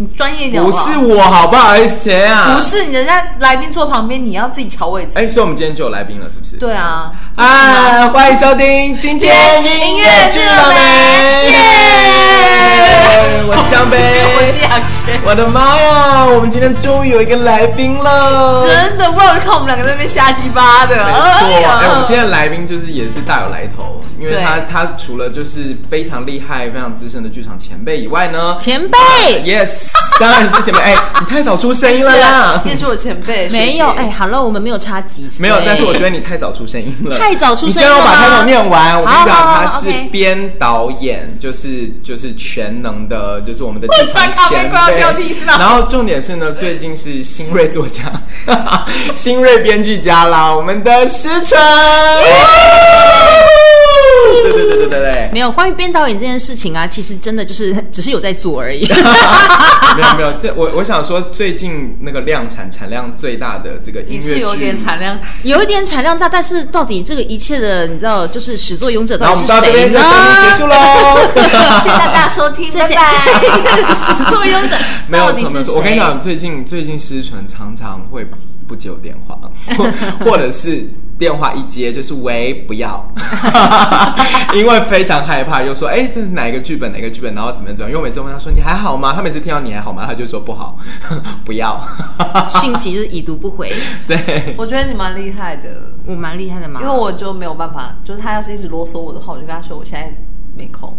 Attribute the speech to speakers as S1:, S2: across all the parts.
S1: 你专业一点好
S2: 不
S1: 不好
S2: 是我好不好？谁啊？
S1: 啊不。是人家来宾坐旁边，你要自己瞧位置。
S2: 哎，所以我们今天就有来宾了，是不是？。
S1: 对啊，
S2: 啊，欢迎收听今天音乐剧了没？
S1: 耶
S2: 我是江
S1: 我是
S2: 北。
S1: 杨轩，
S2: 我的妈呀！我们今天终于有一个来宾了。
S1: 真的，不然我就看我们两个在那边瞎鸡巴的。
S2: 没错，哎、我们今
S1: 天
S2: 天的来宾就是也是大有来头，因为
S1: 对
S2: 他他除了就是非常厉害、非常资深的剧场前辈以外呢，
S3: 前辈
S2: 呃 yes，当然是前辈，哎、你太早出声音了
S1: 是啊
S2: 啦，
S1: 你也是我前辈，
S3: 没有
S1: 学姐
S3: 哎、，h e l l o 我们没有差几岁，
S2: 没有，但是我觉得你太早出声音了，
S3: 太早出声音
S2: 你
S3: 了
S2: 先让我把
S3: 吗
S2: 开头念完，我跟
S3: 好
S2: 你讲，
S3: 好好
S2: 他是
S3: OK
S2: 编导演，就是就是全能的，就是我们的剧
S1: 把
S2: 场
S1: 咖啡
S2: 前
S1: 罐
S2: 辈
S1: 掉地。上
S2: 然后重点是呢，最近是新锐作家， 新锐编剧家啦，我们的石城。对对对对对对。
S3: 没有关于编导演这件事情啊，其实真的就是 只是有在做而已。
S2: 没有没有，这我我想说，最近那个量产产量最大的这个音
S1: 你
S2: 乐
S1: 是
S2: 剧，
S1: 有点产量太
S3: 有一点产量大，但是到底这个一切的，你知道，就是始作俑者
S2: 然
S3: 到
S2: 后我们
S3: 底是
S2: 到这
S3: 谁
S2: 边就
S3: 呢？
S2: 声明结束喽。
S1: 谢谢大家收 听，
S3: 谢
S1: 拜
S3: 谢
S1: 拜。 始作俑者
S2: 没有
S3: 到底
S2: 错，
S3: 是
S2: 没有错。
S3: 谁
S2: 我跟你讲，最近最近失纯常常会不接我电话， 或或者是电话一接就是喂不要， 因为非常害怕，又说哎、这是哪一个剧本哪一个剧本，然后怎么样怎么样。因为我每次问他说你还好吗？他每次听到你还好吗，他就说不好， 不要。
S3: 讯息就是已读不回，
S2: 对，
S1: 我觉得你蛮厉害的，
S3: 我蛮厉害的嘛。
S1: 因为我就没有办法，就是他要是一直啰嗦我的话，我就跟他说我现在没空。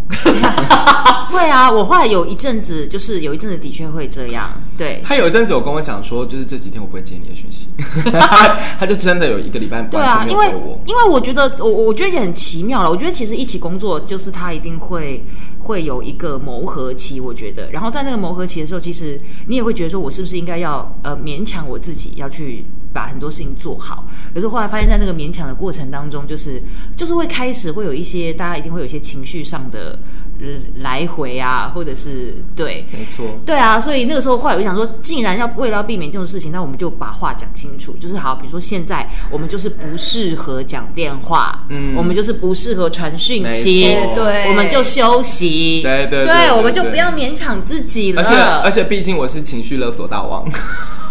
S3: 会啊，我后来有一阵子，就是有一阵子的确会这样。对，
S2: 他有一阵子有跟我讲说，就是这几天我不会接你的讯息， 他他就真的有一个礼拜完
S3: 对啊
S2: 全，没
S3: 因
S2: 有
S3: 为
S2: 回我。
S3: 因为我觉得我我觉得也很奇妙了。我觉得其实一起工作，就是他一定会会有一个磨合期，我觉得。然后在那个磨合期的时候，其实你也会觉得说，我是不是应该要呃勉强我自己要去把很多事情做好？可是后来发现，在那个勉强的过程当中，就是就是会开始会有一些大家一定会有一些情绪上的呃来回啊，或者是对，
S2: 没错，
S3: 对啊，所以那个时候后来我就想说，既然要为了要避免这种事情，那我们就把话讲清楚，就是好，比如说现在我们就是不适合讲电话，
S2: 嗯
S3: 我们就是不适合传讯息
S2: 没，错
S1: 对
S3: 我们就休息，
S2: 对对对对
S3: 我们就不要勉强自己了。
S2: 而且而且，毕竟我是情绪勒索大王。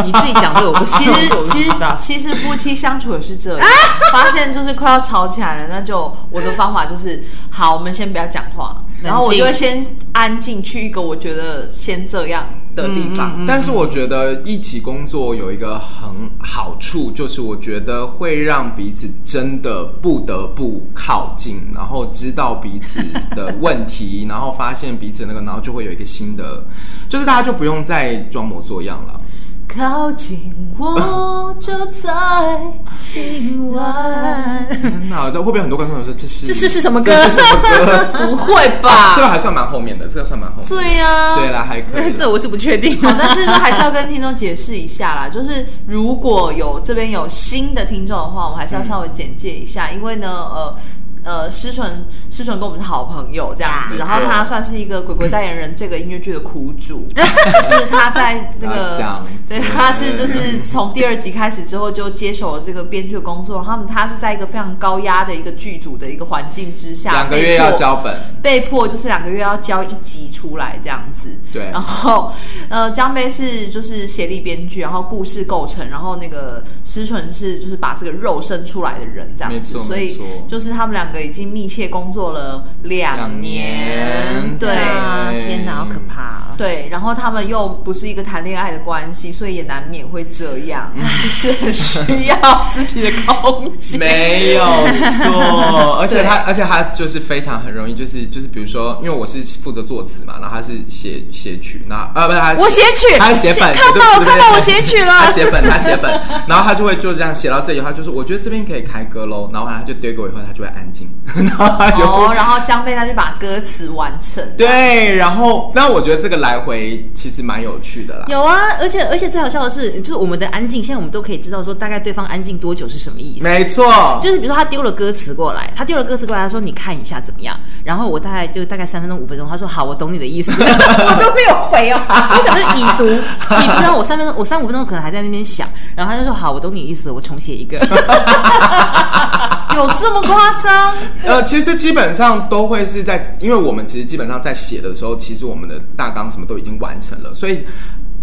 S3: 你自己讲对，我不
S1: 其实其实
S3: 的，
S1: 其实夫妻相处也是这样，发现就是快要吵起来了，那就我的方法就是，好，我们先不要讲话，
S3: 静
S1: 然后我就会先安静去一个我觉得先这样的地方。
S2: 但是我觉得一起工作有一个很好处，就是我觉得会让彼此真的不得不靠近，然后知道彼此的问题，然后发现彼此那个，然后就会有一个新的，就是大家就不用再装模作样 了。
S1: 靠近我就在今晚，
S2: 天哪，会不会有很多观众说这是
S3: 这是是什么歌
S2: 这是什么歌？
S3: 不会
S2: 这 个
S3: 吧？
S2: 还算蛮后面的，这个算蛮后面的。
S3: 对呀，
S2: 对啦，还可以啦。
S3: 这我是不确定。
S1: 好，但是呢，还是要跟听众解释一下啦，就是如果有这边有新的听众的话，我们还是要
S2: 嗯
S1: 稍微简介一下，因为呢，呃。呃，诗纯，诗纯跟我们是好朋友这样子，
S2: 没
S1: 然
S2: 错
S1: 后他算是一个鬼鬼代言人这个音乐剧的苦 主，就是他在那
S2: 要
S1: 个
S2: 讲，
S1: 对，他是就是从第二集开始之后就接手了这个编剧的工作，然后他们他是在一个非常高压的一个剧组的一个环境之下，
S2: 两个
S1: 被
S2: 月
S1: 迫
S2: 要交本，
S1: 被迫就是两个月要交一集出来这样子。
S2: 对
S1: 然后呃，江杯是就是协力编剧，然后故事构成，然后那个思纯是就是把这个肉生出来的人这样子
S2: 没，错
S1: 所以
S2: 没错
S1: 就是他们两个已经密切工作了两
S2: 两年
S1: 对。
S3: 啊
S2: 对
S3: 天哪，好可怕啊！
S1: 对，然后他们又不是一个谈恋爱的关系，所以也难免会这 样，就是很需要自己的空间。
S2: 没有错，而且他，
S1: 对
S2: 而且他就是非常很容易，就是就是比如说，因为我是负责作词嘛，然后他是写写曲，那啊不是他
S3: 我写曲
S2: 他写本，
S3: 看到
S2: 对不对
S3: 看到我写曲了
S2: 他写本，他写本，然后他就会就这样写到这里，他就是我觉得这边可以开歌喽，然后他就丢给我以后，他就会安静， 然后他就
S1: 哦，然后江贝他就把歌词完成。
S2: 对，然后那我觉得这个来回其实蛮有趣的啦，
S3: 有啊，而且而且最好笑的是，就是我们的安静，现在我们都可以知道说大概对方安静多久是什么意思。
S2: 没错，
S3: 就是比如说他丢了歌词过来，他丢了歌词过来，他说你看一下怎么样？然后我大概就大概三分钟五分钟，他说好，我懂你的意 思，我都没有回哦，我可能是已读，已读，然后我三分钟 我三五分钟可能还在那边想，然后他就说好，我懂你的意思，我重写一个。有这么夸张？
S2: 呃，其实基本上都会是在，因为我们其实基本上在写的时候，其实我们的大纲什么都已经完成了，所以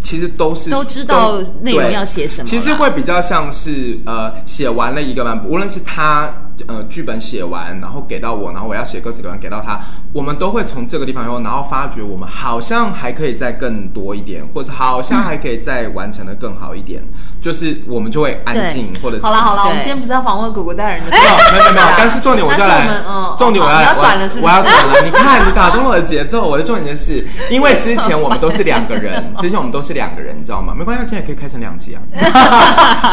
S2: 其实都是
S3: 都知道
S2: 都
S3: 内容
S2: 对
S3: 要写什么
S2: 其实
S3: 啦
S2: 会比较像是呃，写完了一个版本，无论是他呃剧本写完，然后给到我，然后我要写歌词给完给到他，我们都会从这个地方以后，然后发觉我们好像还可以再更多一点，或者好像还可以再完成的更好一点，就是我们就会安静
S3: 对
S2: 或者是
S1: 好啦好啦，
S3: 对
S1: 我们今天不是要访问狗狗大人的，
S2: 没有没有没有，但是重点我就要
S1: 但是我
S2: 来
S1: 们嗯，
S2: 重点我
S1: 好
S2: 来，
S1: 你要转了是不
S2: 我
S1: 是
S2: 要转了。你看你打中了我的节奏，我的重点就是，因为之前我们都是两个人，之前我们都是两个人，你知道吗？没关系，现在也可以开成两集啊。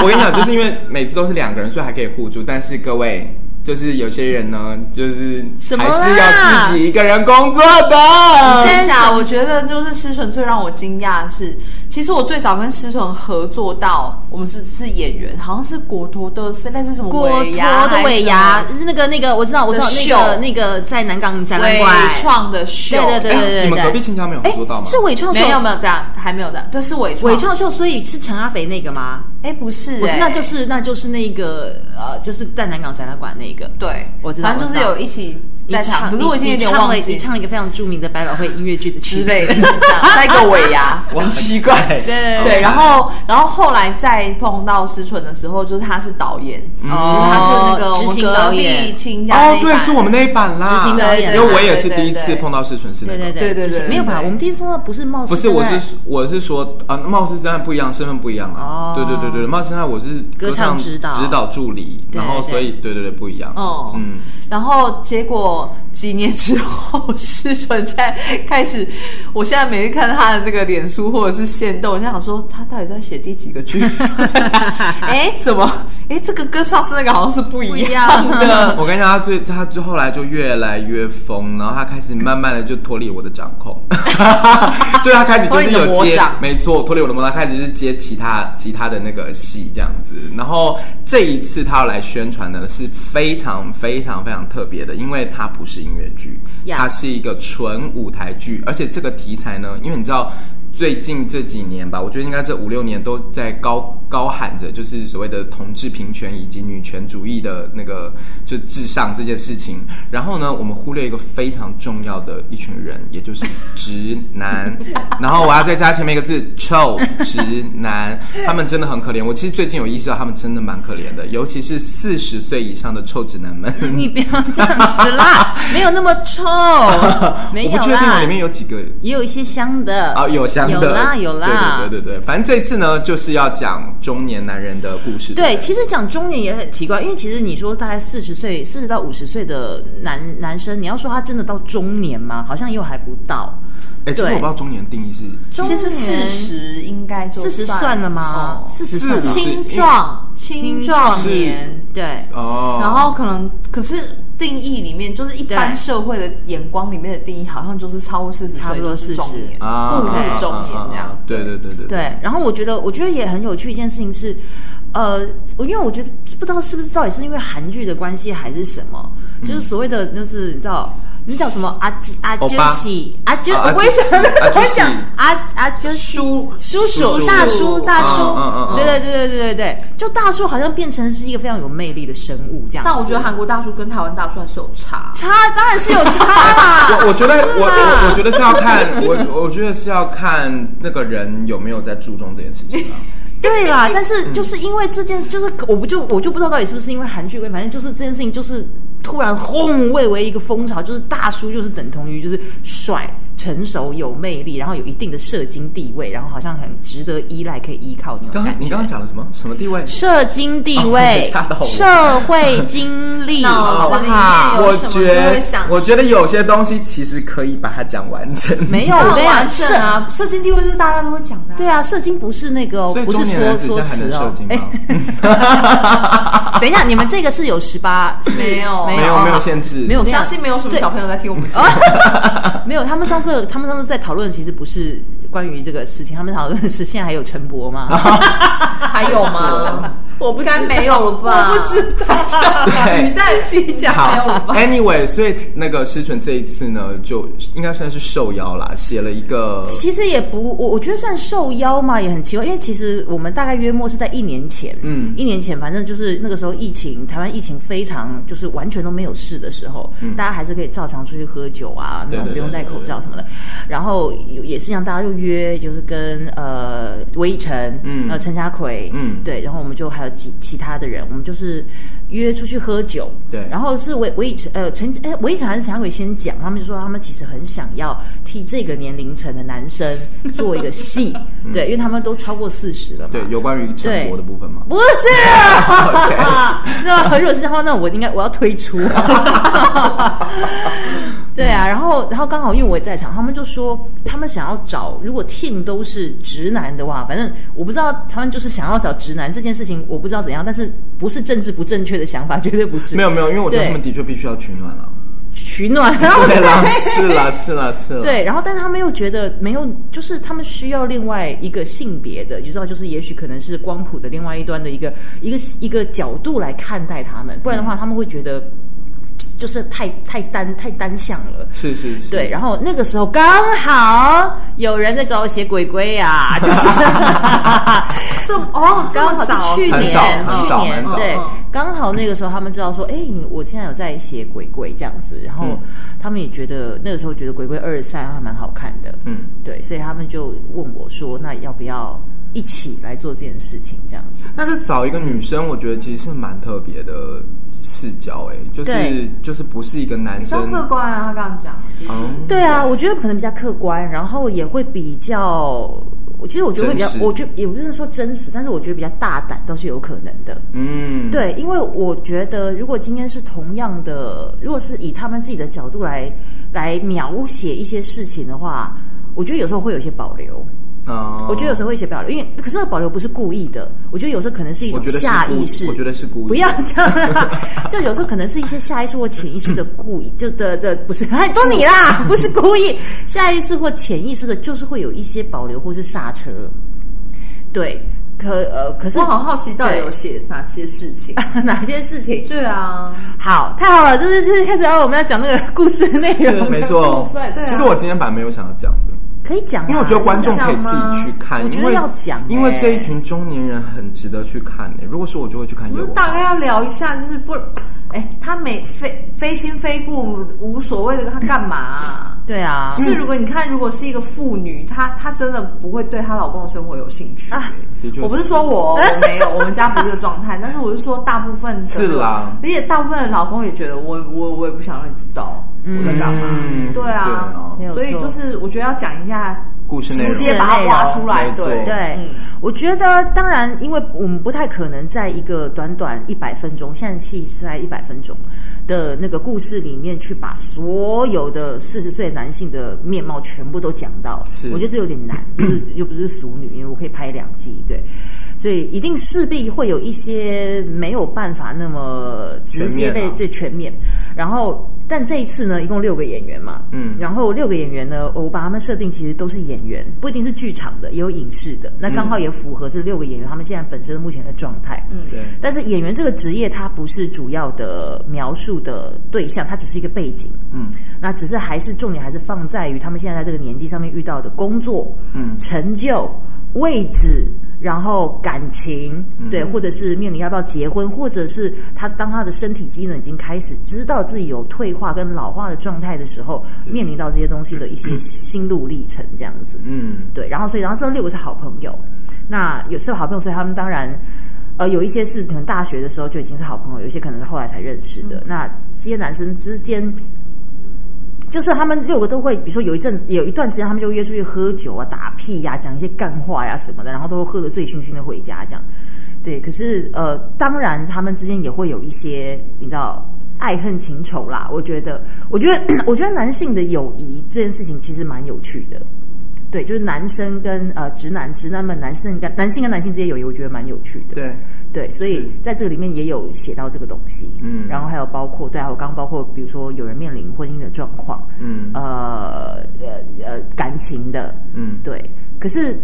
S2: 我跟你讲，就是因为每次都是两个人，所以还可以互助。但是各位，就是有些人呢，就是
S3: 什么
S2: 还
S3: 啦
S2: 是要自己一个人工作
S3: 嗯
S1: 真
S2: 的。
S1: 假？我觉得就是思纯最让我惊讶的是，其实我最早跟思纯合作到，我们是是演员，好像是果陀的，是类似什么
S3: 果
S1: 尾牙
S3: 陀的尾
S1: 还
S3: 牙
S1: 是什么
S3: 是那个那个，我知道我知道
S1: 的
S3: 那
S1: 秀
S3: 个那个在南港展览馆
S1: 伪创的秀，
S3: 对对
S2: 哎
S3: 对对
S2: 你们隔壁亲家没有合作到吗？
S3: 是伪创秀
S1: 没有没有这样，还没有的，对，是伪创
S3: 伪创秀，所以是陈阿肥那个吗？
S1: 哎，不是、
S3: 我
S1: 哎
S3: 是，那就是那就是那个呃，就是在南港展览馆那个。
S1: 对，
S3: 我知道
S1: 反正就是有一起在唱，可是我已经有点忘
S3: 你
S1: 记
S3: 唱了一个非常著名的百老汇音乐剧的
S1: 之 类的，这样在一个尾牙。
S2: 我很奇怪。
S3: 对
S1: 对，然后，然后后来再碰到思纯的时候，就是他是导演，就
S2: 嗯
S1: 是他是那个我
S3: 执
S1: 们
S3: 行
S1: 隔
S3: 导演
S1: 壁，亲家那
S2: 哦
S1: 一，
S2: 对，
S1: 版
S2: 是我们那一版
S3: 执
S2: 啦
S3: 行导，演
S2: 因为我也是
S1: 对对
S2: 第一次
S1: 对
S2: 碰到世纯是那
S3: 对
S2: 个。
S3: 对
S1: 对对
S3: 对
S1: 对对
S3: 没有吧？
S1: 对
S3: 我们第一次碰到不是貌似
S2: 不是，我
S3: 在
S2: 是我是说，啊，貌似真爱不一样，身份不一样啊。
S3: 哦
S2: 对对对对，貌似真爱我是
S3: 歌唱指导
S2: 指导助理，
S3: 对
S2: 然后所以对对对不一样。
S1: 哦
S2: 嗯，
S1: 然后结果几年之后， 世纯现在开始，我现在每次看他的那个脸书或者是线动，我就想说他到底在写第几个 剧？哎，怎么？哎，这个跟上次那个好像是不一样 啊
S3: 不一
S1: 的。
S2: 我跟你讲，他最他最后来就越来越疯，然后他开始慢慢的就脱离我的掌控， 就是他开始就是
S1: 脱离你的
S2: 有
S1: 魔
S2: 接
S1: 掌，
S2: 没错，脱离我的魔掌，他开始就是接其他其他的那个戏这样子。然后这一次他要来宣传的是非常非常非常特别的，因为它不是音乐剧，
S3: 呀
S2: 它是一个纯舞台剧，而且这个题材呢，因为你知道。最近这几年吧，我觉得应该这五六年都在高高喊着，就是所谓的同志平权以及女权主义的那个就至上这件事情。然后呢，我们忽略一个非常重要的一群人，也就是直 男。然后我要再加前面一个字，臭直男，他们真的很可怜。我其实最近有意识到，他们真的蛮可怜的，尤其是四十岁以上的臭直男们。，
S3: 你不要这样子啦，没有那么臭没 有
S2: 我不确定我
S3: 啦
S2: 里，面有几个
S3: 也有一些香的
S2: 啊，有香的，
S3: 有啦有啦，
S2: 对对对对对，反正这次呢，就是要讲中年男人的故事。
S3: 对，其实讲中年也很奇怪，因为其实你说大概四十岁、四十到五十岁的男男生，你要说他真的到中年吗？好像又还不到。
S2: 哎，其实我
S3: 对
S2: 不知道中年的定义是
S3: 中
S1: 其实四
S3: 年
S1: 十应该就
S3: 四十算了吗？
S1: 哦
S3: 四十算
S2: 四
S3: 了
S2: 十。
S1: 青壮青壮年，
S3: 对，
S2: 哦，
S1: 然后可能可是定义里面，就是一般
S3: 对
S1: 社会的眼光里面的定义，好像就是超过四十岁
S3: 差不多
S1: 就是中
S3: 40
S1: 年，
S2: 啊，
S1: 步入中年这
S2: 啊啊啊
S1: 样
S2: 啊。对对对对对。
S3: 对，然后我觉得，我觉得也很有趣一件事情是，呃，我因为我觉得不知道是不是到底是因为韩剧的关系还是什么，就是所谓的就是你知道。你叫什么？阿基阿
S2: 欧
S3: 啾
S2: 巴
S3: 西阿啾，
S2: 啊阿
S3: 我也想啊
S2: 啾西阿啾西
S3: 我也想阿阿啾叔叔
S2: 叔叔
S3: 叔大叔大
S2: 嗯嗯嗯嗯
S3: 叔，对对对对对对对，就大叔好像变成是一个非常有魅力的生物这样子。
S1: 但我觉得韩国大叔跟台湾大叔还是有差。
S3: 差当然是有差啦，
S2: 我我觉得
S3: 是
S2: 啊
S3: 啊
S2: 我
S3: 啦
S2: 我我觉得是要看我我觉得是要看那个人有没有在注重这件事情啊。
S3: 对啦，但是就是因为这件，就是我不就我就不知道到底是不是因为韩剧，反正就是这件事情，就是突然轰蔚为一个风潮，就是大叔就是等同于就是帅、成熟、有魅力，然后有一定的社经地位，然后好像很值得依赖、可以依靠那种
S2: 刚
S3: 感
S2: 刚
S3: 觉。
S2: 你刚刚讲了什么什么地位？
S3: 社经地
S2: 哦
S3: 位
S2: 吓到、我
S3: 社会经历，
S1: 脑
S3: 好不
S1: 子里面
S3: 好
S1: 有？
S2: 哦我
S1: 什么
S2: 觉
S1: 都会想
S2: 我觉得有些东西其实可以把它讲完整。
S3: 没有，我跟你讲，社
S1: 是啊，社经地位就是大家都会讲的、
S3: 对，啊，社经不是那个哦
S2: 所以，
S3: 不
S2: 中
S3: 是
S2: 年男
S3: 说
S2: 子现
S3: 说
S2: 在还能啊
S3: 辞
S2: 射
S3: 哦
S2: 精。
S3: 哎
S2: 吗？
S3: 等一下，你们这个是有十八？是
S1: 没有
S3: 没
S2: 没有没有
S3: 哦
S2: 限制，
S3: 没有
S1: 我相信没有什么小朋友在听我们节目。
S3: 没有，他们上次他们上次在讨论，其实不是关于这个事情，他们讨论的是现在还有陈博吗？
S1: 还有吗？
S4: 我不
S5: 应该没有 吧？
S4: 我不知道
S2: 对
S4: 你带机甲
S2: 好
S4: 还有吧？
S2: ，Anyway，所以那个诗纯这一次呢，就应该算是受邀啦，写了一个
S3: 其实也不，我我觉得算受邀嘛，也很奇怪，因为其实我们大概约莫是在一年前，
S2: 嗯
S3: 一年前，反正就是那个时候疫情，台湾疫情非常就是完全都没有事的时候，大家还是可以照常出去喝酒啊，那
S2: 嗯
S3: 种
S2: 对对对
S3: 不用戴口罩什么的。然后有也是一样，大家就约，就是跟呃韦一晨，
S2: 嗯
S3: 呃陈家奎，
S2: 嗯
S3: 对，然后我们就还有其其他的人，我们就是约出去喝酒，
S2: 对
S3: 然后是韦韦以晨呃陈哎韦以晨还是陈家奎先讲，他们就说他们其实很想要替这个年龄层的男生做一 个戏，对，因为他们都超过四十了嘛，
S2: 对有关于陈
S3: 对
S2: 博的部分嘛。
S3: 不是，啊 那如果是的话，那我应该我要退出。啊 对啊，然后然后刚好因为我也在场，他们就说他们想要找，如果 team 都是直男的话，反正我不知道他们就是想要找直男这件事情，我不知道怎样，但是不是政治不正确的想法，绝对不是。
S2: 没有没有，因为我觉得
S3: 对
S2: 他们的确必须要取暖了。
S3: 取暖，啊然 后
S2: 对啦，是啦，是啦，是啦。
S3: 对，然后但是他们又觉得没有，就是他们需要另外一个性别的，你知道，就是也许可能是光谱的另外一端的一个一个一个角度来看待他们，不然的话他们会觉得就是太太单太单向了。
S2: 是是是。
S3: 对，然后那个时候刚好有人在找我写鬼鬼啊，就是，
S5: 这哦，这
S3: 刚
S5: 么
S3: 好
S5: 早
S3: 是去
S2: 很
S3: 年，
S2: 早很早
S3: 去年
S2: 很早
S3: 对
S5: 嗯，
S3: 刚好那个时候他们知道说，哎，你我现在有在写鬼鬼这样子，然后
S2: 嗯
S3: 他们也觉得那个时候觉得鬼鬼二三还蛮好看的，
S2: 嗯。
S3: 对，所以他们就问我说，那要不要一起来做这件事情这样子？
S2: 但是找一个女生，我觉得其实是蛮特别的视角、欸，就是
S3: 对
S2: 就是不是一个男
S5: 比较
S2: 生，
S5: 客观啊，他刚刚讲，
S2: 嗯，
S3: 对啊，我觉得可能比较客观，然后也会比较，其实我觉得会比较
S2: 真，实
S3: 我觉得也不是说真实，但是我觉得比较大胆倒是有可能的。
S2: 嗯，
S3: 对，因为我觉得，如果今天是同样的，如果是以他们自己的角度来来描写一些事情的话，我觉得有时候会有一些保留。
S2: 哦，
S3: 我觉得有时候会有一些保留，因为可是这个保留不是故意的，我觉得有时候可能是一
S2: 我
S3: 种
S2: 觉得是
S3: 下
S2: 故
S3: 意识，
S2: 我觉得是故意，
S3: 不要这样， 就有时候可能是一些下意识或潜意识的故意，就的的不是，哎，都你 啦，不是故意，下意识或潜意识的，就是会有一些保留或是刹车，对，可呃，可是
S5: 我好好奇到底有
S3: 对
S5: 写哪些事情。
S3: 哪些事情？
S5: 对啊，
S3: 好，太好了，就是就是开始要我们要讲那个故事的内容，
S2: 没错
S5: 部分对。啊
S2: 其实我今天本来没有想要讲的，
S3: 可以讲啊、
S2: 因为我觉得观众可以自己去看，
S3: 我觉
S2: 因
S3: 得
S2: 为
S3: 要讲欸
S2: 因为这一群中年人很值得去看诶、如果是我，就会去看
S5: 我
S2: 夜
S5: 们
S2: 晚。
S5: 大概要聊一下，就是不，哎，他没非非亲非故无所谓的，他干嘛
S2: 嗯
S5: 啊、
S3: 对啊
S5: 就。是如果你看，如果是一个妇女，她她真的不会对她老公的生活有兴趣、
S3: 啊
S2: 的确是
S5: 我不是说我我没有，我们家不是这个状态， 但是我是说大部分的
S2: 是啦
S5: 而且大部分的老公也觉得我我我也不想让你知道我在干嘛，
S2: 嗯
S5: 对啊
S3: 对啊
S5: 所以就是我觉得要讲一下，
S2: 故事内容
S5: 直接把它挖出来，
S2: 没错
S5: 对
S3: 对，
S5: 嗯
S3: 我觉得当然，因为我们不太可能在一个短短一百分钟，现在戏是在一百分钟的那个故事里面去把所有的四十岁男性的面貌全部都讲到
S2: 是，
S3: 我觉得这有点难，就是又不是俗女，因为我可以拍两季，对。所以一定势必会有一些没有办法那么直接
S2: 全面
S3: 被
S2: 啊
S3: 最全面，然后但这一次呢，一共六个演员嘛，
S2: 嗯
S3: 然后六个演员呢，我把他们设定其实都是演员，不一定是剧场的，也有影视的，那刚好也符合这六个演员他们现在本身目前的状态。嗯，
S2: 对，
S3: 但是演员这个职业，它不是主要的描述的对象，它只是一个背景。
S2: 嗯，
S3: 那只是还是重点还是放在于他们现在在这个年纪上面遇到的工作、
S2: 嗯
S3: 成就、位置，然后感情，对，或者是面临要不要结婚，或者是他当他的身体机能已经开始知道自己有退化跟老化的状态的时候，面临到这些东西的一些心路历程，这样子。
S2: 嗯，
S3: 对，然后所以然后这六个是好朋友，那有是好朋友，所以他们当然。呃，有一些是可能大学的时候就已经是好朋友，有一些可能是后来才认识的。那这些男生之间，就是他们六个都会，比如说有一阵有一段时间，他们就约出去喝酒啊、打屁呀、讲一些干话呀、什么的，然后都喝得醉醺醺的回家这样。对，可是呃，当然他们之间也会有一些你知道爱恨情仇啦。我觉得，我觉得， 我觉得男性的友谊这件事情其实蛮有趣的。对，就是男生跟呃直男，直男们男生跟男性跟男性之间友谊，我觉得蛮有趣的。
S2: 对，
S3: 对，所以在这个里面也有写到这个东西，
S2: 嗯
S3: 然后还有包括对啊，我刚刚包括比如说有人面临婚姻的状况，
S2: 嗯
S5: 啊
S3: 呃呃呃感情的，
S2: 嗯，
S3: 对，可是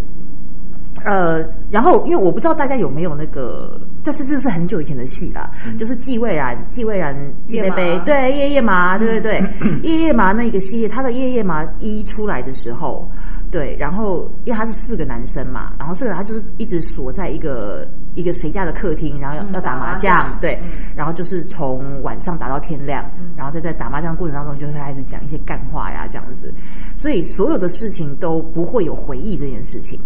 S3: 呃，然后因为我不知道大家有没有那个，但是这是很久以前的戏啦，就是季蔚然、季蔚然、季
S5: 嗯夜
S3: 贝
S5: 麻嗯
S3: 贝，对，夜夜麻，对对对， 夜夜麻那个系列，他的夜夜麻一出来的时候，对，然后因为他是四个男生嘛，然后四个人他就是一直锁在一个一个谁家的客厅，然后要、要打
S5: 嗯打
S3: 麻
S5: 麻将
S3: 将，
S5: 嗯
S3: 对，然后就是从晚上打到天亮，然后再在打麻将过程当中就会开始讲一些干话呀这样子，所以所有的事情都不会有回忆这件事情。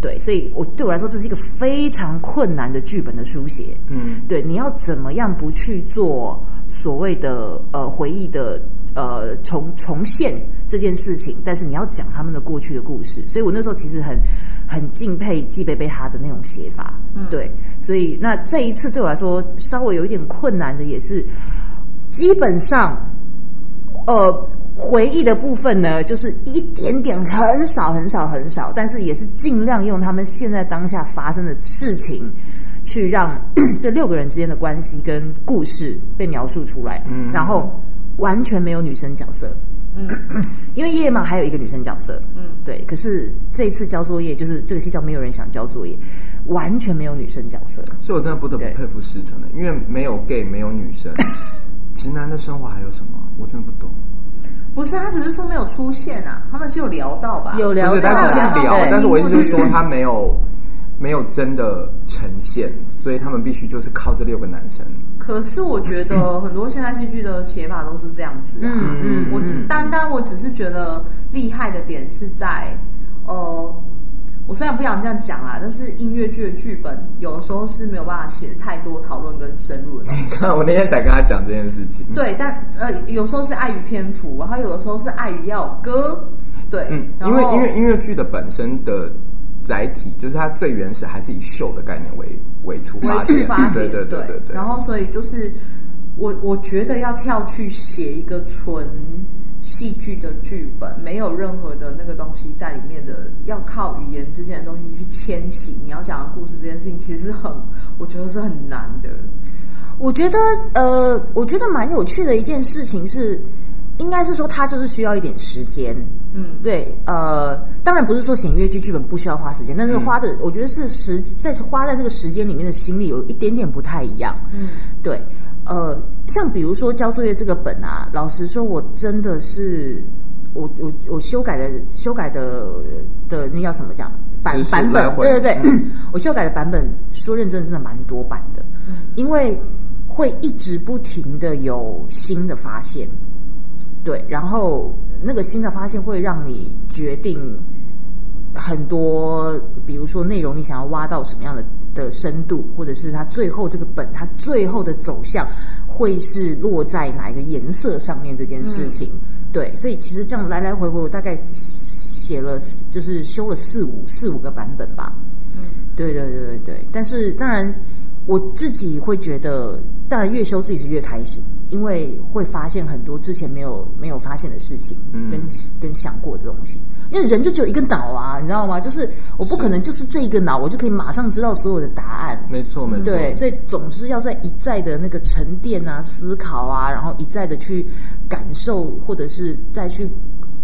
S3: 对，所以我对我来说，这是一个非常困难的剧本的书写。
S2: 嗯，
S3: 对，你要怎么样不去做所谓的呃回忆的呃重重现这件事情，但是你要讲他们的过去的故事。所以我那时候其实很很敬佩季贝贝他的那种写法，嗯、对。所以那这一次对我来说稍微有一点困难的也是，基本上呃。回忆的部分呢，就是一点点，很少很少很少，但是也是尽量用他们现在当下发生的事情，去让 这六个人之间的关系跟故事被描述出来。
S2: 嗯
S3: 然后完全没有女生角色。嗯， 因为夜嘛还有一个女生角色。嗯，对。可是这一次交作业，就是这个戏叫没有人想交作业，完全没有女生角色。
S2: 所以我真的不得不
S3: 对
S2: 佩服石纯的，因为没有 gay，没有女生，直男的生活还有什么？我真的不懂。
S5: 不是，他只是说没有出现啊，他们是有聊到嗯吧？
S3: 有聊
S2: 不是，
S3: 到
S2: 但
S3: 啊
S2: 是
S5: 啦
S2: 是聊
S3: 对，
S2: 但是我意思就是说，他没有没有真的呈现，所以他们必须就是靠这六个男生。
S5: 可是我觉得很多现代戏剧的写法都是这样子啊。
S3: 嗯
S5: 我单单我只是觉得厉害的点是在，呃，我虽然不想这样讲啊啦，但是音乐剧的剧本有时候是没有办法写太多讨论跟深入的东西。
S2: 我那天才跟他讲这件事情。
S5: 对，但呃，有时候是碍于篇幅，然后有的时候是碍于要有歌。对，
S2: 嗯，
S5: 然
S2: 因
S5: 后
S2: 为因为音乐剧的本身的载体，就是它最原始还是以秀的概念为为出
S5: 为
S2: 发
S5: 出
S2: 点，
S5: 发点，
S2: 对对对对对。
S5: 然后所以就是我我觉得要跳去写一个纯戏剧的剧本，没有任何的那个东西在里面的，要靠语言之间的东西去牵起你要讲的故事这件事情，其实是很我觉得是很难的。
S3: 我觉得呃，我觉得蛮有趣的一件事情是，应该是说它就是需要一点时间。
S5: 嗯，
S3: 对，呃，当然不是说写音乐剧剧本不需要花时间，但是花的、我觉得是时在花在那个时间里面的心力有一点点不太一样。
S5: 嗯，
S3: 对，呃，像比如说交作业这个本啊，老实说，我真的是我我我修改的修改的的那叫什么讲版
S2: 知识
S3: 版
S2: 来
S3: 本，
S2: 回嗯
S3: 对对对， 我修改的版本说认真真的蛮多版的，因为会一直不停的有新的发现，对，然后那个新的发现会让你决定很多，比如说内容你想要挖到什么样的的深度，或者是它最后这个本它最后的走向会是落在哪一个颜色上面这件事情。对，所以其实这样来来回回，我大概写了就是修了四五四五个版本吧。
S2: 嗯
S3: 对对对对对，但是当然我自己会觉得，当然越修自己是越开心，因为会发现很多之前没有没有发现的事情，
S2: 嗯
S3: 跟跟想过的东西。因为人就只有一个脑啊，你知道吗？就是我不可能就是这一个脑，我就可以马上知道所有的答案。
S2: 没错没错，
S3: 对，所以总是要在一再的那个沉淀啊、思考啊，然后一再的去感受，或者是再去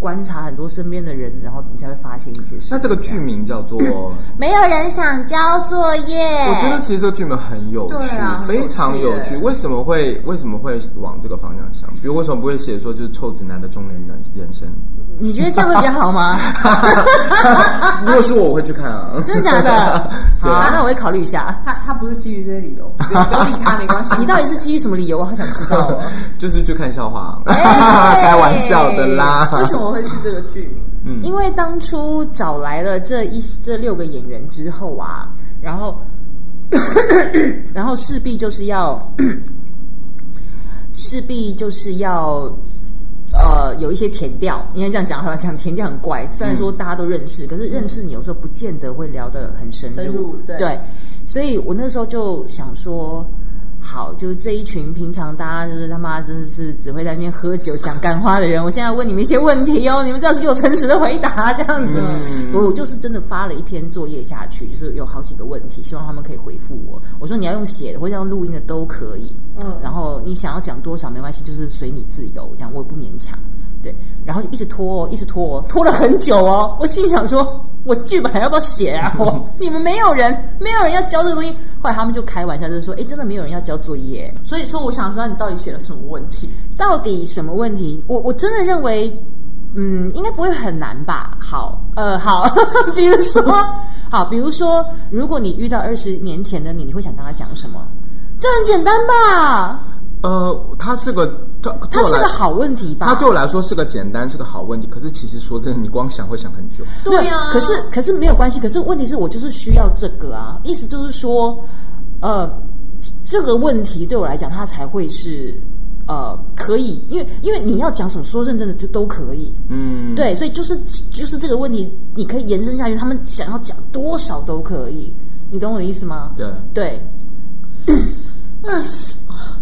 S3: 观察很多身边的人，然后你才会发现一些事情。
S2: 那这个剧名叫做，我
S3: 没有人想交作业，
S2: 觉
S3: 哎
S2: 得其实这个剧名很有趣，
S5: 对啊很有
S2: 非常有
S5: 趣
S2: 趣。
S5: 耶
S2: 为什么会为什么会往这个方向想？比如为什么不会写说就是臭直男的中年人人生？
S3: 你觉得这样会比较好吗？
S2: 如果是我，我会去看啊。
S3: 真的假的？好、
S2: 对
S3: 啊，那我会考虑一下。
S5: 他他不是基于这些理 由，不要不要理他没关系。
S3: 你到底是基于什么理由？我好想知道哦。
S2: 就是去看笑话，
S3: 哎
S2: 开玩笑的 啦。嗯
S5: 为什么会是这个剧名？
S3: 因为当初找来了这一这六个演员之后啊，然后 然后势必就是要 势必就是要呃有一些填调，应该这样讲好了，讲填调很怪。虽然说大家都认识，可是认识你有时候不见得会聊得很嗯深入。
S5: 深入对
S3: 所以我那时候就想说。好，就是这一群平常大家就是他妈真的是只会在那边喝酒讲干话的人，我现在问你们一些问题哦，你们最好是给我诚实的回答，这样子。
S2: 嗯
S3: 我我就是真的发了一篇作业下去，就是有好几个问题，希望他们可以回复我。我说你要用写的或者用录音的都可以，
S5: 嗯
S3: 然后你想要讲多少没关系，就是随你自由，这样我也不勉强。对，然后就一直拖、哦，一直拖、哦，拖了很久哦。我心里想说，我剧本还要不要写啊？我你们没有人，没有人要交这个东西。后来他们就开玩笑，就是说，哎，真的没有人要交作业，
S1: 所以说，我想知道你到底写了什么问题。
S3: 到底什么问题？我我真的认为，嗯，应该不会很难吧？好，呃，好， 比如说，好，比如说，如果你遇到二十年前的你，你会想跟他讲什么？这很简单吧？
S2: 呃，它是个，它它
S3: 它是个好问题吧？
S2: 它对我来说是个简单，是个好问题。可是其实说真的，你光想会想很久。
S3: 对
S1: 对啊
S3: 可是可是没有关系，可是问题是我就是需要这个啊，意思就是说，呃，这这个问题对我来讲，它才会是呃可以，因为因为你要讲什么说认真的，这都可以。
S2: 嗯，
S3: 对，，所以就是就是这个问题，你可以延伸下去，他们想要讲多少都可以，你懂我的意思吗？
S2: 对
S3: 对，
S1: 二十，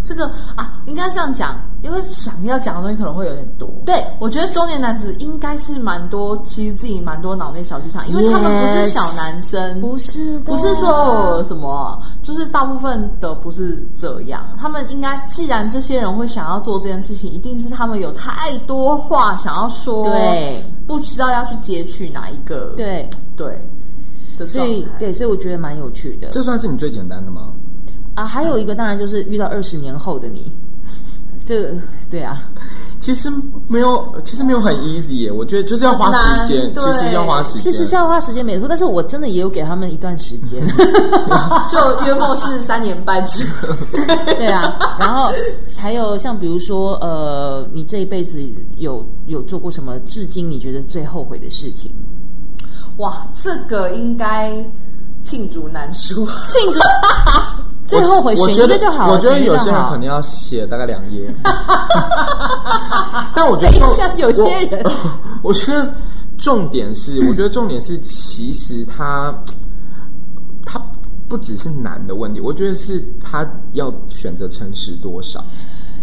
S1: 这个啊，应该这样讲，因为想要讲的东西可能会有点多。
S3: 对
S1: 我觉得中年男子应该是蛮多，其实自己蛮多脑内小剧场，因为他们不是
S3: Yes
S1: 小男生，
S3: 不是的
S1: 不是说什么，就是大部分的不是这样。他们应该，既然这些人会想要做这件事情，一定是他们有太多话想要说，
S3: 对，
S1: 不知道要去截取哪一个，
S3: 对，
S1: 对的
S3: 所以
S1: 状态
S3: 对，所以我觉得蛮有趣的
S2: 这算是你最简单的吗？
S3: 啊。还有一个当然就是遇到二十年后的你， 这个对啊，
S2: 其实没有，其实没有很 easy 耶。我觉得就是要花时间，
S1: 很难
S2: 其
S1: 对
S2: 实要花时间。
S3: 其实是要花时间没错，但是我真的也有给他们一段时 间，
S1: 就约莫是三年半之后。
S3: 对啊。然后还有像比如说，呃，你这一辈子有有做过什么至今你觉得最后悔的事情？
S1: 哇，这个应该罄竹难书。
S3: 庆祝最后悔
S2: 我
S3: 选
S2: 觉
S3: 一
S2: 得
S3: 个就好了，
S2: 我觉得
S3: 选一个
S2: 有
S3: 就
S2: 些人
S3: 好
S2: 可能要写大概两 页，但我觉得
S3: 等一
S2: 重
S3: 下哎有些人
S2: 我， 我觉得重点是，我觉得重点是，其实他他不只是难的问题，我觉得是他要选择诚实多少。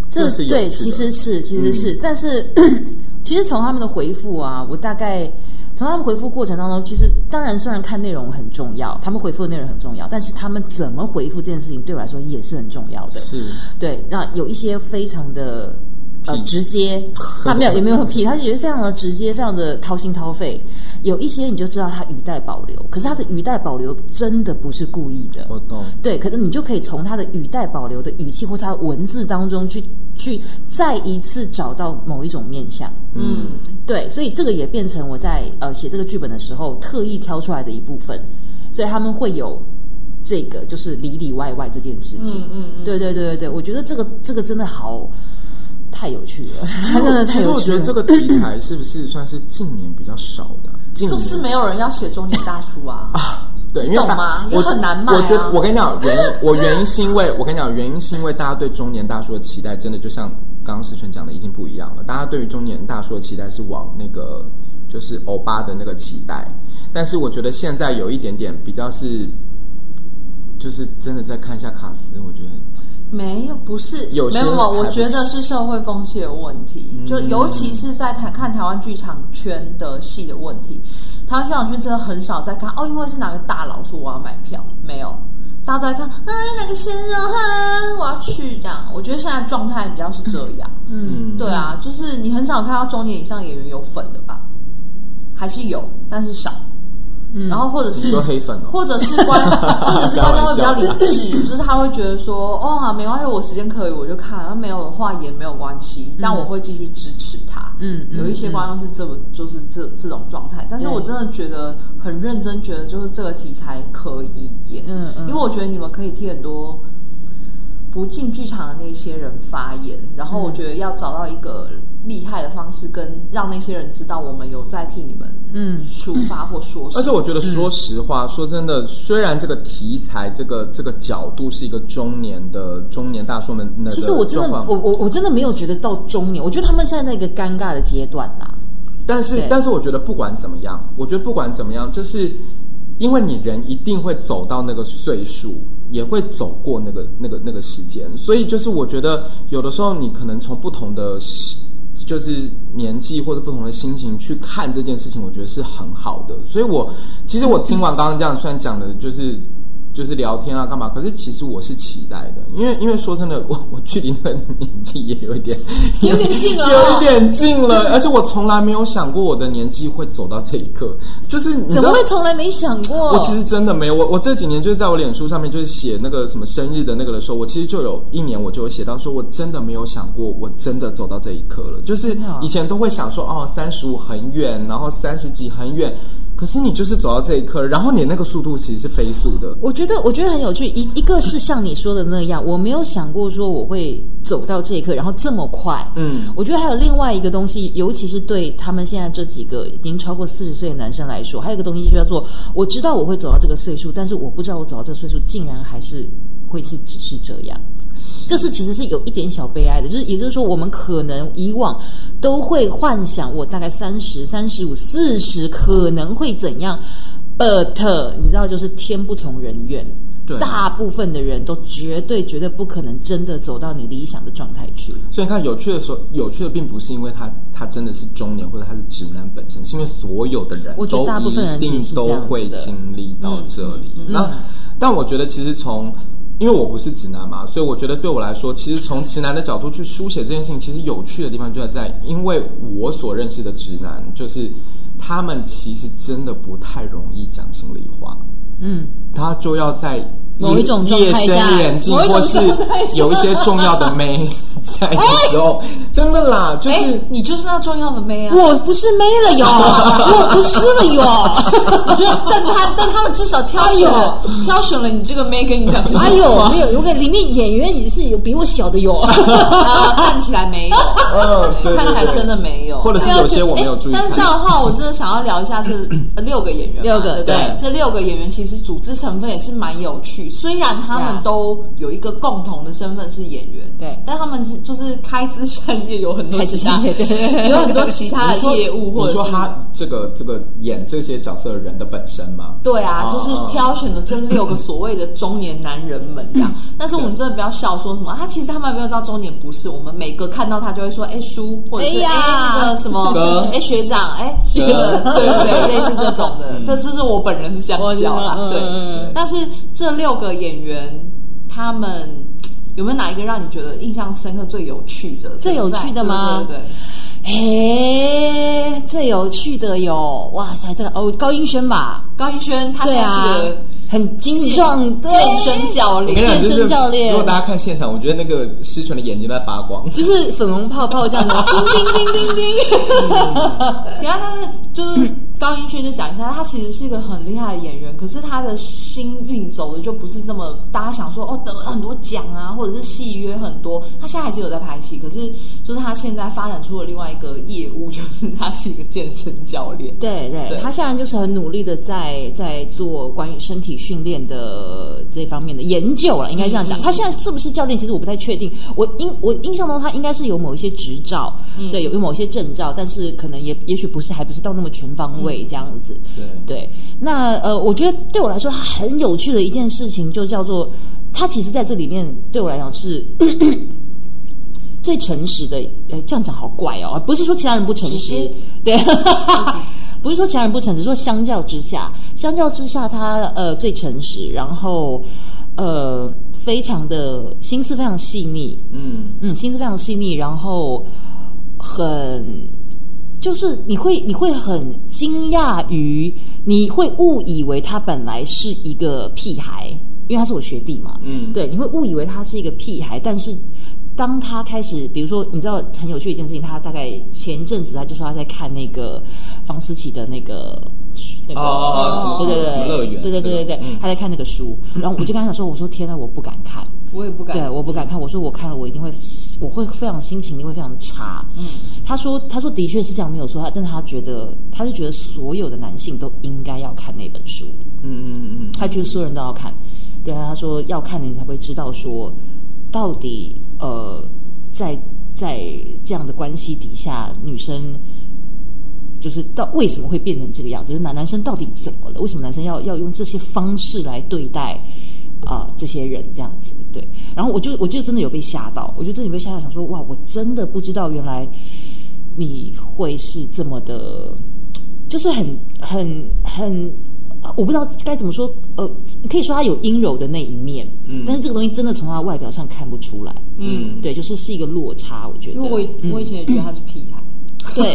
S3: 这
S2: 这是有
S3: 对，
S2: 趣的
S3: 其实是其实是，但是
S2: 嗯
S3: 其实从他们的回复啊，我大概从他们回复过程当中，其实当然虽然看内容很重要，他们回复的内容很重要，但是他们怎么回复这件事情对我来说也是很重要的。
S2: 是
S3: 对，那有一些非常的呃
S2: 屁
S3: 直接，那没有也没有很屁，他也是非常的直接，非常的掏心掏肺。有一些你就知道他语带保留，可是他的语带保留真的不是故意的。
S2: 我懂，
S3: 对，可能你就可以从他的语带保留的语气或他文字当中去去再一次找到某一种面相。
S2: 嗯，
S3: 对，所以这个也变成我在呃写这个剧本的时候特意挑出来的一部分，所以他们会有这个就是里里外外这件事情。
S1: 嗯嗯嗯
S3: 对对对对对，我觉得这个这个真的好太有趣了，真的
S2: 其
S3: 太
S2: 实
S3: 有
S2: 我
S3: 趣
S2: 觉
S3: 了。
S2: 得这个题材是不是算是近年比较少的啊？近
S1: 就
S2: 年
S1: 是没有人要写中年大叔啊。
S2: 啊，对，因为
S1: 懂
S2: 大
S1: 吗
S2: 我
S1: 也很难卖啊
S2: 我觉得我跟你讲，原因我原因是因为我跟你讲，原因是因为大家对中年大叔的期待，真的就像刚刚思璇讲的，已经不一样了。大家对于中年大叔的期待是往那个就是欧巴的那个期待，但是我觉得现在有一点点比较是。就是真的再看一下卡斯，我觉得
S1: 没有，不是
S2: 有
S1: 没
S2: 些嗯
S1: 有，没有
S2: 还
S1: 我
S2: 不
S1: 觉得是社会风气的问题，就尤其是在台看台湾剧场圈的戏的问题。台湾剧场圈真的很少在看哦，因为是哪个大佬说我要买票，没有，大家都在看，哎，哪个先生哈、我要去这样。我觉得现在状态比较是这样，
S2: 嗯，
S1: 对啊，就是你很少看到中年以上演员有粉的吧？还是有，但是少。然后或者
S2: 你
S1: 是
S2: 说黑粉哦
S1: 或者是 观，或者是观众会比较理智，就是他会觉得说，哦，好没关系，我时间可以我就看，那没有的话也没有关系，但我会继续支持他。
S3: 嗯嗯
S1: 有一些观众是这么，就是这这种状态，但是我真的觉得很认真，觉得就是这个题材可以演，
S3: 嗯嗯
S1: 因为我觉得你们可以替很多。不进剧场的那些人发言，然后我
S3: 嗯
S1: 觉得要找到一个厉害的方式，跟让那些人知道我们有在替你们
S3: 嗯
S1: 抒发或说什么。
S2: 而且我觉得，说实话，说真的，虽然这个题材、这个这个角度是一个中年的中年大叔们的状况，
S3: 其实我真的我我我真的没有觉得到中年，我觉得他们现在在一个尴尬的阶段啦、
S2: 但是
S3: 对，
S2: 但是我觉得不管怎么样，我觉得不管怎么样，就是因为你人一定会走到那个岁数，也会走过那个那个那个时间，所以就是我觉得有的时候你可能从不同的时就是年纪或者不同的心情去看这件事情，我觉得是很好的。所以我其实我听完刚刚这样算讲的，就是就是聊天啊，干嘛？可是其实我是期待的，因为因为说真的，我我距离那个年纪也有一点，
S1: 有点近了哦
S2: 有一点近了，而且我从来没有想过我的年纪会走到这一刻，就是你知
S1: 怎
S2: 道
S1: 么会从来没想过？
S2: 我其实真的没有，我我这几年就是在我脸书上面就是写那个什么生日的那个的时候，我其实就有一年我就有写到说，我真的没有想过，我真的走到这一刻了。就是
S1: 啊
S2: 以前都会想说，哦，三十五很远，然后三十几很远，可是你就是走到这一刻了，然后你那个速度其实是飞速的。
S3: 我觉得，我觉得很有趣。一一个是像你说的那样，我没有想过说我会走到这一刻，然后这么快。
S2: 嗯
S3: 我觉得还有另外一个东西，尤其是对他们现在这几个已经超过四十岁的男生来说，还有一个东西就叫做：我知道我会走到这个岁数，但是我不知道我走到这个岁数，竟然还是会是只是这样。这是其实是有一点小悲哀的，就是也就是说，我们可能以往都会幻想我大概三十、三十五、四十可能会怎样，but 你知道，就是天不从人愿。
S2: 对
S3: 大部分的人都绝对绝对不可能真的走到你理想的状态去。
S2: 所以你看，有趣的时候，有趣的并不是因为他他真的是中年或者他是直男本身，是因为所有的人
S3: 我觉得
S2: 都
S3: 大部分人
S2: 一定
S3: 其实是这
S2: 都
S3: 样子的嗯
S2: 会经历到这里。那但我觉得其实从因为我不是直男嘛，所以我觉得对我来说，其实从直男的角度去书写这件事情，其实有趣的地方就在在，因为我所认识的直男，就是他们其实真的不太容易讲心里话。
S3: 嗯，
S2: 他就要在
S3: 某一种状
S2: 夜
S3: 态
S2: 深
S3: 下
S2: 人静，
S1: 某一种
S2: 或是
S1: 状态下
S2: 有一些重要的妹在的时候，真的啦，就
S1: 哎、
S2: 是
S1: 你就是那重要的妹啊！
S3: 我不是没了哟，我不是了哟。
S1: 我觉得但 他但他们至少挑选了、挑选了你这个妹跟你讲什么话，
S3: 哎呦，没有，我给里面演员也是有比我小的 哟。
S1: 啊看起来没有，
S2: 嗯，对，
S1: 看起来
S2: 对对
S1: 真的没有，
S2: 或者是有些我没有注意
S1: 但是这样的话，我真的想要聊一下这呃六个演员嘛，
S3: 六个
S1: 对不对
S3: 对
S1: 这六个演员其实组织成分也是蛮有趣，虽然他们
S3: Yeah
S1: 都有一个共同的身份是演员，
S3: 对
S1: 但他们是就是开枝散叶，有很多
S3: 开枝
S1: 其他
S3: 散叶对
S1: 有很多其他
S2: 你说
S1: 的业务或
S2: 你
S1: 者
S2: 说
S1: 是。
S2: 他这个这个演这些角色的人的本身吗？
S1: 对啊，
S2: 哦
S1: 就是挑选了这六个所谓的中年男人们这样。
S2: 嗯
S1: 但是我们真的不要笑说什么，啊他、其实他们没有到中年，不是。我们每个看到他就会说，哎叔，或者是哎
S3: 哎呀
S1: 那个什么
S2: 哥，
S1: 哎学长，哎那个，对对对，类似这种的。
S2: 嗯
S1: 这就是我本人是这样叫啦
S3: 我，知道
S1: 对
S3: 嗯嗯嗯。
S1: 但是这六个演员，他们有没有哪一个让你觉得印象深刻、最有趣的？
S3: 最有趣的吗
S1: 对对对。
S3: 哎，最有趣的哟！哇塞，这个哦，高音轩吧，
S1: 高一轩，他现在
S3: 对
S1: 是
S3: 啊
S1: 个，
S3: 很精壮，对
S1: 健身教
S2: 我
S1: 练
S2: 跟你，讲，就
S3: 健
S2: 是
S3: 身教练
S2: 如果大家看现场，我觉得那个施纯的眼睛都在发光。
S3: 就是粉红泡泡这样 的，叮叮叮叮叮。
S1: 等一下，他就是高音轩就讲一下，他其实是一个很厉害的演员，可是他的星运走的就不是这么大家想说哦，得了很多奖啊，或者是戏约很多。他现在还是有在拍戏，可是就是他现在发展出了另外一个业务，就是他是一个健身教练。
S3: 对对
S1: 对，
S3: 他现在就是很努力的在在做关于身体训练的这方面的研究了，应该这样讲。他现在是不是教练？其实我不太确定。我印我印象中他应该是有某一些执照，对，有有某些证照，但是可能也也许不是，还不是到那么全方位这样子。
S2: 对
S3: 对，那呃，我觉得对我来说，它很有趣的一件事情，就叫做它其实在这里面对我来讲是最诚实的。呃，这样讲好怪哦，不是说其他人不诚实，对， 不是说其他人不诚实，说相较之下，相较之下他，呃最诚实，然后呃非常的心思非常细腻，
S2: 嗯，
S3: 嗯，心思非常细腻，然后很就是你会你会很惊讶于，你会误以为他本来是一个屁孩，因为他是我学弟嘛，
S2: 嗯
S3: 对，你会误以为他是一个屁孩，但是。当他开始，比如说，你知道很有趣一件事情，他大概前一阵子他就说他在看那个房思琪的那个那个
S2: 哦什么
S3: 对对
S2: 什么
S3: 对
S2: 乐园
S3: 对对对对对
S2: 那个嗯，
S3: 他在看那个书，然后我就跟他讲说，我说天呐，我不敢看，
S1: 我也不敢，
S3: 对，我不敢看。我说我看了，我一定会，我会非常心情一定会非常差。嗯，他说，他说的确是这样，没有错。他，但是他觉得，他就觉得所有的男性都应该要看那本书，
S2: 嗯嗯嗯
S3: 他觉得所有人都要看。对啊，他说要看了你才会知道说，到底呃，在在这样的关系底下，女生。就是到为什么会变成这个样子？就是男男生到底怎么了？为什么男生要要用这些方式来对待啊、这些人这样子？对，然后我就我就真的有被吓到，我就真的有被吓到，想说哇，我真的不知道原来你会是这么的，就是很很很呃我不知道该怎么说，呃，可以说他有阴柔的那一面，嗯，但是这个东西真的从他的外表上看不出来，嗯，对，就是是一个落差，我觉得，嗯
S1: 因为我以我以前也觉得他是屁孩，
S3: 对，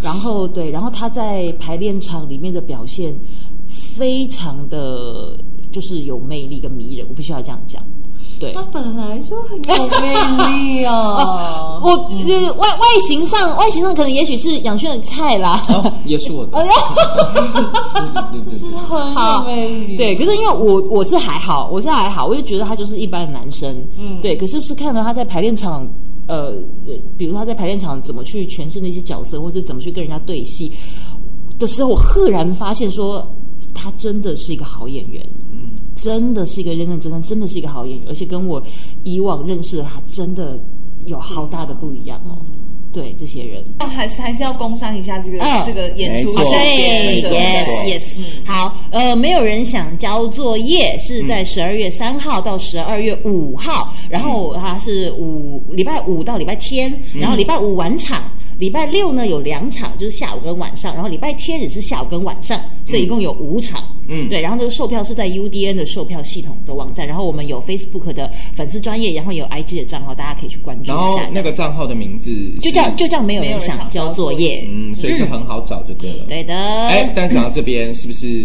S3: 然后对，然后他在排练场里面的表现非常的就是有魅力跟迷人，我必须要这样讲。对，
S1: 他本来就很有魅力啊。
S3: 我就是外外形上，外形上可能也许是杨轩的菜啦。
S2: 哦，也是我的。对对对对
S1: 很有
S3: 好
S1: 魅力，
S3: 对，可是因为我我是还好，我是还好，我就觉得他就是一般的男生，嗯，对。可是是看到他在排练场，呃，呃比如他在排练场怎么去诠释那些角色，或者怎么去跟人家对戏的时候，我赫然发现说，他真的是一个好演员，嗯，真的是一个认认真真，真的是一个好演员，而且跟我以往认识的他真的有好大的不一样哦。对这些人，
S6: 那哦还是还是要工商一下这个、
S3: 嗯
S6: 这个演出
S2: 没错
S6: 时
S3: 对
S6: 间，对不对
S2: 没错
S3: ，yes yes，
S6: 嗯
S3: 好，呃，没有人想交作业，是在十二月三号到十二月五号，然后它是五礼拜五到礼拜天，然后礼拜五晚场。礼拜六呢有两场，就是下午跟晚上，然后礼拜天也是下午跟晚上，所以一共有五场。
S2: 嗯
S3: 对，然后这个售票是在 UDN 的售票系统的网站，然后我们有 Facebook 的粉丝专业，然后有 IG 的账号，大家可以去关注
S2: 然
S3: 一
S2: 后
S3: 下。
S2: 那个账号的名字是
S3: 就叫就叫没有人想交作业。
S2: 嗯，所以是很好找就对了。
S3: 对的。
S2: 哎，但讲到这边，是不是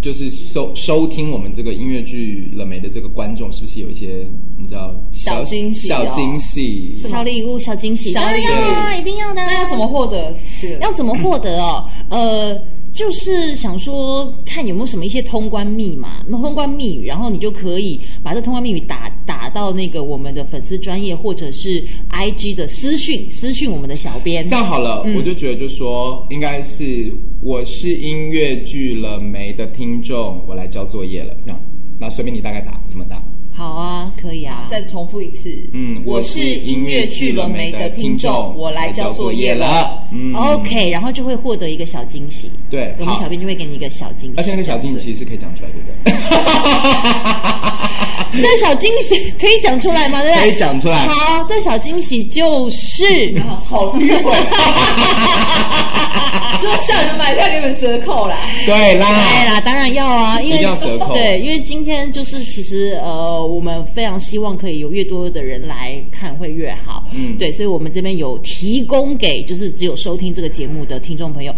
S2: 就是收收听我们这个音乐剧了没的这个观众，是不是有一些你知道
S1: 小惊喜哦
S2: 小惊喜，
S3: 小礼物、小惊喜，
S1: 小
S3: 当然
S1: 礼物
S3: 要啊，一定要的啊。
S1: 那要怎么获得这个？
S3: 要怎么获得 哦？呃，就是想说看有没有什么一些通关密码、通关密语，然后你就可以把这通关密语打打到那个我们的粉丝专业或者是 IG 的私讯，私讯我们的小编
S2: 这。样好了，我就觉得就说应该是我是音乐剧了没的听众，我来交作业了，这样，然后随便你大概打怎么打。
S3: 好啊，可以啊。
S1: 再重复一次，
S2: 嗯，
S1: 我
S2: 是音乐剧了没
S1: 的
S2: 听
S1: 众，我来交作业了。。
S2: 嗯
S3: OK，然后就会获得一个小惊喜。
S2: 对
S3: 我们
S2: 好
S3: 小编就会给你一个小惊喜。
S2: 而
S1: 啊
S2: 且那个小惊喜是可以讲出来，对不对？
S3: 这个小惊喜可以讲出来吗？对不
S2: 可
S3: 对？
S2: 以讲出来。
S3: 好，这小惊喜就是。
S1: 好迂回，桌上有买票给你们折扣啦。
S2: 对
S3: 对
S2: 啦，
S3: 啦，哎当然要啊，因为
S2: 一定要嗯折扣
S3: 对，因为今天就是其实呃，我们非常希望可以有越多的人来看会越好。
S2: 嗯
S3: 对，所以我们这边有提供给就是只有收听这个节目的听众朋友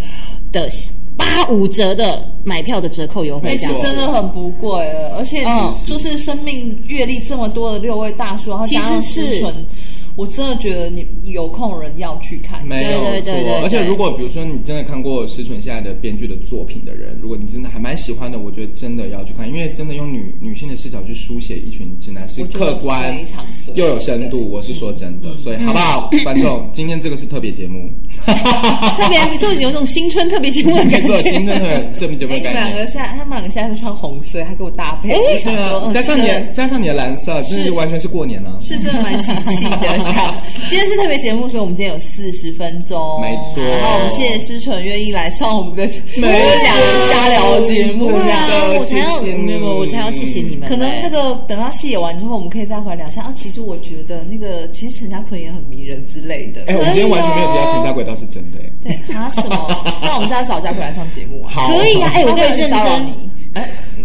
S3: 的八五折的买票的折扣优惠
S1: 每
S3: 这
S1: 次
S3: 样子。
S1: 真的很不贵了，而且
S3: 嗯
S1: 就是生命阅历这么多的六位大叔，然后加上
S3: 其实是
S1: 思纯，我真的觉得你有空人要去看。
S2: 没有
S3: 对对对对
S2: 错。
S3: 对
S2: 而且如果比如说你真的看过石纯现在的编剧的作品的人，如果你真的还蛮喜欢的，我觉得真的要去看，因为真的用女女性的视角去书写一群直男是
S1: 我觉得
S2: 客观
S1: 非常对
S2: 又有深度，我是说真的。所以好不好，观众，今天这个是特别节目，
S3: 特别就是有一种新春特别节 目的
S2: 没
S3: 感
S2: 错，
S3: 觉
S2: 新。的特别节目
S1: 哎，
S2: 的
S1: 你们
S2: 概
S1: 两
S2: 念
S1: 个。现在，他们两个现在是穿红色，还给我搭配，我就想
S2: 对啊
S1: 说，嗯
S2: 加上你的加上你的蓝色，真的就完全是过年了。
S1: 是真的蛮喜气 的。这样，今天是特别节目，所以我们今天有四十分钟，
S2: 没错
S1: 然后我们谢谢思纯愿意来上我们的我
S2: 没
S1: 们两个瞎聊的节目，
S2: 真
S1: 这
S2: 的
S1: 样。
S3: 我才要
S2: 谢谢你
S3: 没有没有我才要谢谢你们。
S1: 可能这个等到戏演完之后，我们可以再回来聊一下。啊，其实我觉得那个，其实陈家坤也很迷人之类的。
S2: 哎，我们今天完全没有提到钱家轨道是真的。哎
S1: 对，他什 么？那我们下次找家坤来上节目啊。
S2: 好，哎
S3: 可以啊，哎，我跟
S1: 他会
S3: 你认
S1: 骚扰
S3: 真
S1: 你。。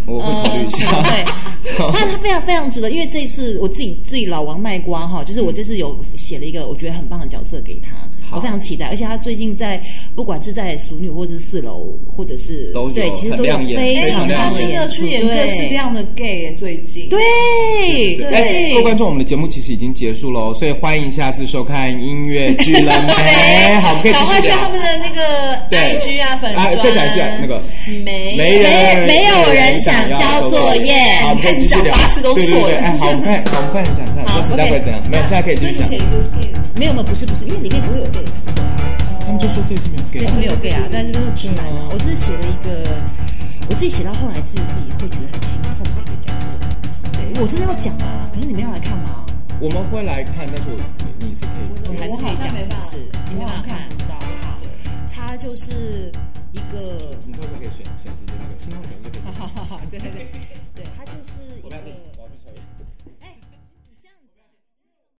S2: 我会考虑一下。
S3: 嗯对，那它非常非常值得，因为这一次我自己自己老王卖瓜哈，就是我这次有写了一个我觉得很棒的角色给他，
S2: 好
S3: 我非常期待，而且他最近在不管是在《熟女》或是四楼，或者是
S2: 都有
S3: 对，其实都有
S2: 很亮眼
S3: 非
S1: 哎，
S3: 常
S2: 非
S3: 棒
S1: 他
S2: 常
S3: 的
S1: 真的
S3: 演出，
S1: 去演各式各样的 gay 耶最近。
S3: 对。 对对
S2: 哎，各位观众，我们的节目其实已经结束喽，所以欢迎下次收看音乐剧了 没？好，我们可以继
S6: 赶快
S2: 续
S6: 去他
S2: 聊
S6: 们。的那个
S2: 对
S6: IG 啊，粉
S2: 哎
S6: 专，
S2: 再讲一次那个
S6: 没
S2: 没人，
S6: 没有人想交作业，
S2: 好，我们可以继续聊。对对对，哎，好，我们快，好，我们快点讲一下，陈家轨怎样？没有，现在可以继续讲。
S3: 没有没有不是不是，因为里面不会有 gay 的角色啊，
S2: 他们就说这次没有 gay，
S3: 就是没有 gay 啊，但是就是直男啊，我只是写了一个，我自己写到后来自己自己会觉得很心痛的一个角色，对，因为我真的要讲啊，可是你们要来看吗？
S2: 我们会来看，但是我你你是可以。
S3: 我还是可以讲，是不是？你没
S1: 我
S3: 办
S1: 好像
S3: 法看
S1: 看不到
S3: 好，他就是一个，
S2: 你到时候可以选选时间那个，新浪可能就可以。
S3: 对对对，他就是一
S2: 我
S3: 个
S2: 来。